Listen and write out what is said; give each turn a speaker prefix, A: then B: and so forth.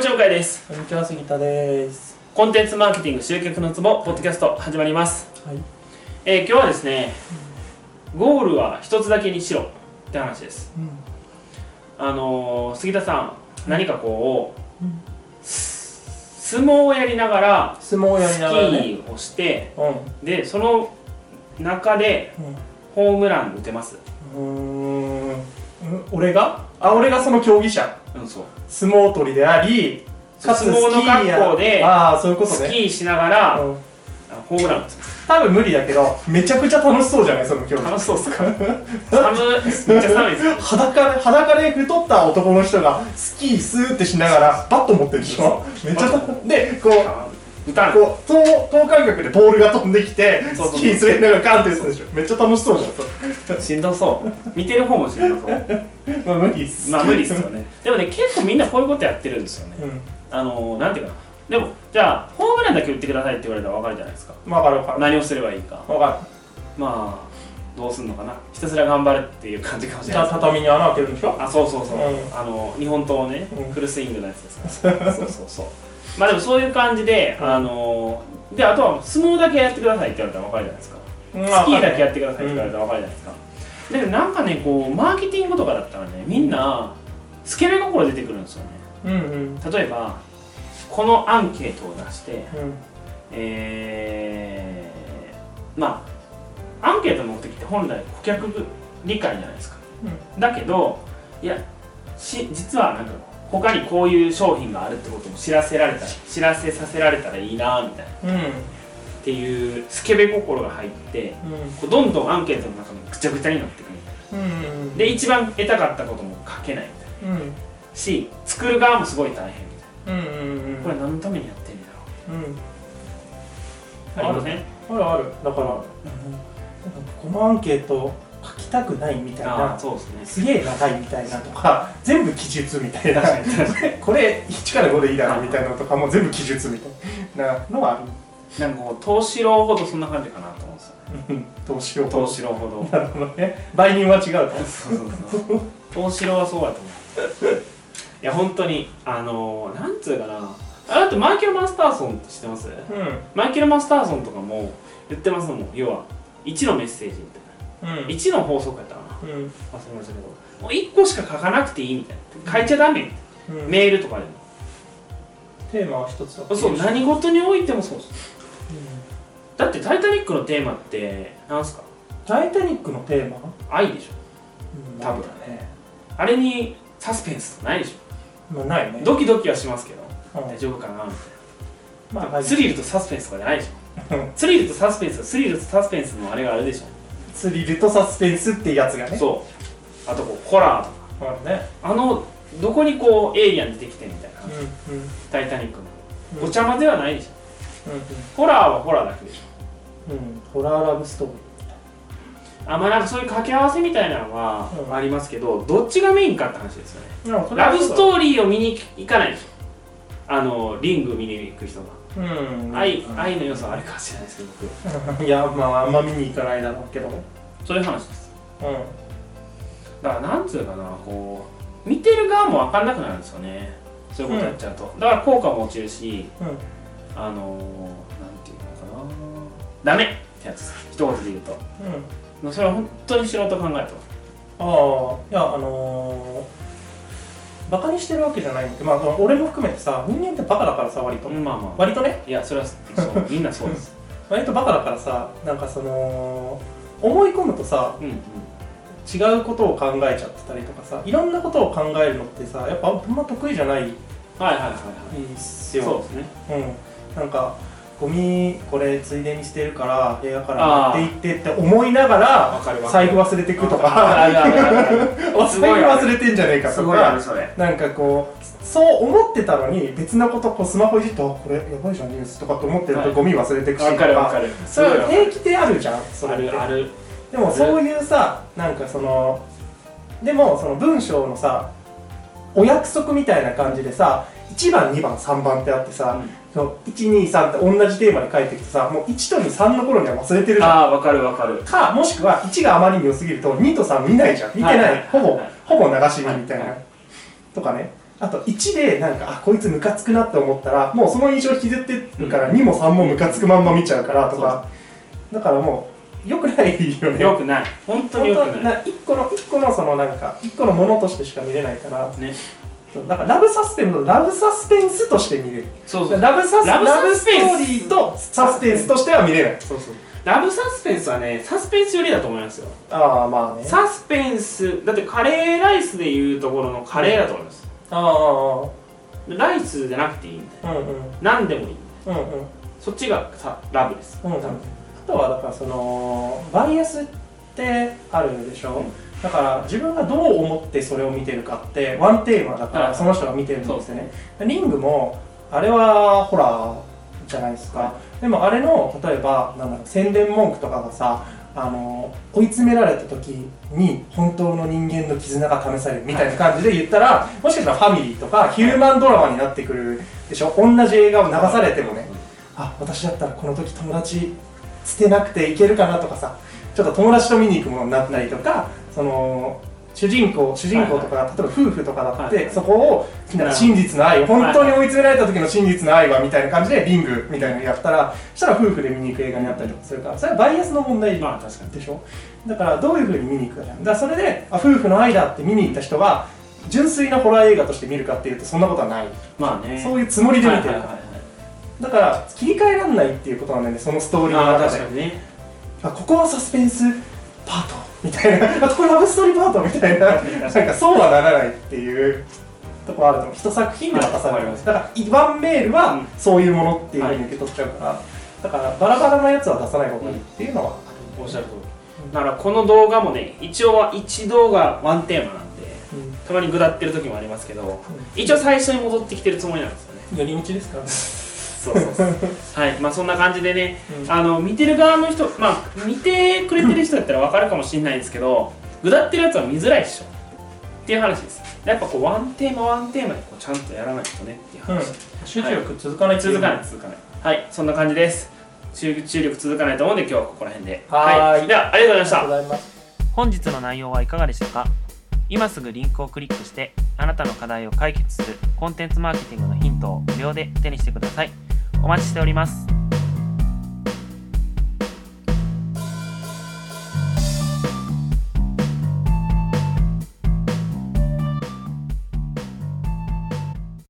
A: ちは、岡井です。
B: こんにちは、杉田です。
A: コンテンツマーケティング集客のツボ、ポッドキャスト始まります。
B: はい。
A: えー今日はですね、ゴールは一つだけにしろって話です。
B: う
A: あのー杉田さん、何かこう、
B: うん
A: す相撲をやりながら、
B: ん。相撲をや
A: ス
B: り
A: キ
B: ながらね。
A: ーをして、
B: うん。
A: で、その中でホームラン打てます。
B: うん。うーん。俺があ、俺がその競技者。
A: うん、そう。
B: 相撲取りであり、かつスキ
A: 相撲の
B: ーや
A: 格好で
B: ああ、そういうこと
A: ス
B: ね。
A: キーしながら、
B: うん
A: ホームラン打つ。
B: 多分無理だけど、めちゃくちゃ楽しそうじゃないその競技。
A: 楽しそうっすか寒い、めっちゃ寒い ですよ。
B: 裸で、裸で太った男の人がスキースーってしながらバット持ってるで しょめっちゃ
A: バッ
B: 楽で、こう、
A: 打たん
B: こう等等間隔でボールが飛んできて
A: そうそう
B: スキー滑りながらガンってやつでしょめっちゃ楽しそうじゃんそれ
A: しんどそう見てる方もしんどそう
B: まあ無理っす
A: まあ無理ですよねでもね結構みんなこういうことやってるんですよね
B: うん
A: あのー、なんていうかなでもじゃあホームランだけ打ってくださいって言われたら分かるじゃないですか
B: 分かる分かる
A: 何をすればいいか
B: 分か
A: まあどうすんのかなひたすら頑張れっていう感じかもし
B: る
A: れない
B: た
A: です
B: 畳に穴開けるんでしょ
A: あそうそうそう、
B: うん
A: あの日本刀をね、
B: うん
A: フルスイングのやつですから そうそうそうまあでもそういう感じで、あのー、であとは相撲だけやってくださいって言われたら分かるじゃないですか
B: うん
A: スキーだけやっててくださいって言われたら分かるじゃないですか、でもなんかねこうマーケティングとかだったらねみんなスケベ心出てくるんですよね
B: うんうん
A: 例えばこのアンケートを出して
B: うん
A: えー、まあアンケートの目的って本来顧客理解じゃないですかだけどいやし実はなんか他にこういう商品があるってことも知らせられたり知らせさせられたらいいなみたいなっ
B: うん
A: ていうスケベ心が入ってこうどんどんアンケートの中もぐちゃぐちゃになってくる
B: うんうん
A: で一番得たかったことも書けないみたいな
B: うん
A: し作る側もすごい大変みたい
B: うんうんうん
A: なこれ何のためにやってるんだろ
B: う
A: う
B: ん
A: ありません
B: あるあるだからなんかこのアンケート書きたくないみたい
A: あ
B: な
A: あそうですね
B: すげえ長いみたいなとか全部記述みたいな
A: 確かに確
B: これ1から5でいいだろうみたいなのとかも全部記述みたいなのはあ
A: なんかこう東四郎ほどそんな感じかなと思うんですよね
B: るうんどうしよう
A: 東四郎ほど
B: なるほどね売人は違うと
A: そうそうそう東四郎はそうだと思ういや本当にあのー、なんつうかなあだってマイケル・マスターソンって知ってます
B: うん
A: マイケル・マスターソンとかも言ってますもん要は1のメッセージみたいな
B: うん
A: 1の法則やったかな忘
B: うん
A: れましたけどもう1個しか書かなくていいみたいな書いちゃダメみたいな、メールとかでも
B: テーマは一つだ
A: そう何事においてもそうですだって「タイタニック」のテーマってなんすか
B: タイタニックのテーマ
A: 愛でしょ多分
B: だね
A: あれにサスペンスとかないでし
B: まあないね
A: ょドキドキはしますけど
B: うん
A: 大丈夫かなみたい
B: まあ
A: な
B: はい
A: スリルとサスペンスとかじゃないでしょスリルとサスペンススリルとサスペンスのあれがあるでしょ
B: スリルとサスペンスっていうやつがね
A: そうあとこうホラーとか
B: うあるね
A: あのどこにこうエイリアン出てきてみたいな「
B: うんうん
A: タイタニック」の
B: うん
A: ごちゃ混ぜはないでしょホラーはホラーだけでしょ
B: うんうんホラーラブストーリー
A: あまあなんかそういう掛け合わせみたいなのは
B: うん
A: ありますけど、どっちがメインかって話ですよねラ
B: ラ
A: ブストーリーを見に行かないでしょあのリング見に行く人が、
B: うん
A: 愛
B: うん
A: 愛の要素はあるかもしれないですけど僕
B: いやまああんま見に行かないだろうけどうん
A: そういう話ですだからなんつうかなこう見てる側も分かんなくなるんですよねそういうことやっちゃうと、だから効果も落ちるし
B: うん
A: あのー、なんていうのかなダメってやつです一言で言うと
B: うん
A: もうそれは本当に素人考えと
B: ああいやあのー、バカにしてるわけじゃないんだけど、まあ、俺も含めてさ人間ってバカだからさ割と、
A: まあまあ
B: 割とね
A: いやそれはそうみんなそう です
B: 割とバカだからさなんかその思い込むとさ
A: うんうん
B: 違うことを考えちゃってたりとかさいろんなことを考えるのってさやっぱあんま得意じゃないん
A: はいはいはいは
B: す
A: いそう
B: よ
A: ですね
B: う、ん、なんかゴミこれついでに捨てるから部屋から持って行ってって思いなが
A: わ
B: ら
A: かるわか
B: 財
A: る
B: 布忘れてくと
A: あ
B: か
A: るあるあるある
B: お
A: すごい
B: 財布
A: ある
B: 忘れてんじゃねえか とか
A: すごいあるそれ
B: なんかこうそう思ってたのに別なことこうスマホいじってあこれやばいじゃんニュースとかって思ってる
A: は
B: と
A: い
B: ゴミ忘れてくし
A: わ
B: と
A: かるわか
B: か
A: るす
B: そ
A: ごいわ
B: う
A: かる
B: 平気であるじゃんそれ
A: あ
B: って
A: るある
B: でもそういうさなんかそのでもその文章のさお約束みたいな感じでさ1番2番3番ってあってさ、その123って同じテーマで書いてきてさもう1と23の頃には忘れてるじゃん
A: ああわかるわかる
B: かもしくは1があまりに良すぎると2と3見ないじゃん見てない、
A: はいはいはい
B: ほぼほぼ流し見みたいな、
A: はいは
B: とかねあと1でなんかあこいつムカつくなって思ったらもうその印象引きずってるから2も3もムカつくまんま見ちゃうからとか、だからもう良くないよね
A: よくない本当によ
B: 本
A: く
B: 当
A: ない
B: な一個の一個のそのなんか一個のものとしてしか見れないから
A: ね
B: そうだからラブサスペンスラブサスペンスとして見れる
A: そうそう
B: ラブサス
A: ラブ
B: ラブ
A: サス
B: スト
A: ペンス
B: ーリーとサスペンスとしては見れない
A: そうそうラブサスペンスはねサスペンス寄りだと思いますよ
B: ああまあね
A: サスペンスだってカレーライスでいうところのカレーだと思います、
B: ああ
A: ライスじゃなくていいんだよ
B: うんうん
A: 何でもいい
B: うんうん
A: そっちがさラブです
B: うん、あとはだからそのバイアスってあるでしょ、だから自分がどう思ってそれを見てるかってワンテーマだか
A: は
B: ら
A: い
B: その人が見てるんですよね、リングもあれはホラーじゃないですか、
A: は
B: でもあれの例えばなんだろう宣伝文句とかがさあの追い詰められた時に本当の人間の絆が試されるみたいな感じで言ったら、もしかしたらファミリーとかヒューマンドラマになってくるでしょ同じ映画を流されてもね、あ私だったらこの時友達捨てなくていけるかなとかさちょっと友達と見に行くものになったりとかその主人公主人公とか、例えば夫婦とかだって、
A: はいはい
B: そこをなんか真実の愛を本当に追い詰められた時の真実の愛はみたいな感じでリングみたいなのやったらそしたら夫婦で見に行く映画になったりとかするからそれはバイアスの問題
A: まあ確かに
B: でしょだからどういうふうに見に行くかじゃんだからそれであ夫婦の愛だって見に行った人は純粋なホラー映画として見るかっていうとそんなことはない、
A: まあね
B: そういうつもりで見てるから、
A: はいはいはいはい
B: だから切り替えられないっていうことなんだよねそのストーリーの
A: ああ
B: 中
A: 確
B: で
A: かにね
B: あここはサスペンスパートみたいな あここラブストーリーパートみたいななんかそうはならないっていうとこあると思う一作品で渡さ
A: はいわ
B: れ
A: かりま
B: る
A: し
B: だから一番メール
A: う
B: は
A: ん
B: そういうものっていうふうに受け取っちゃうから、だからバラバラなやつは出さない方がいいっていうのは
A: おっしゃる通りだからこの動画もね一応は一動画ワンテーマなんで
B: ある、うん
A: たまに下ってる時もありますけど一応最初に戻ってきてるつもりなんですよね
B: 寄り道ですからね
A: そうそうそうはいまあそんな感じでね、
B: うん
A: あの見てる側の人まあ見てくれてる人だったら分かるかもしれないんですけど下ってるやつは見づらいっしょっていう話ですやっぱこうワンテーマワンテーマでこうちゃんとやらないとねっていう話、
B: 集中力続かないっていう
A: 続かない続かないはいそんな感じです注注力続かないと思うんで今日はここら辺で
B: はーい
A: ではありがとうございま
B: あり
A: し
B: がと
A: た
B: うございます
A: 本日の内容はいかがでしたか今すぐリンクをクリックしてあなたの課題を解決するコンテンツマーケティングのヒントを無料で手にしてくださいお待ちしております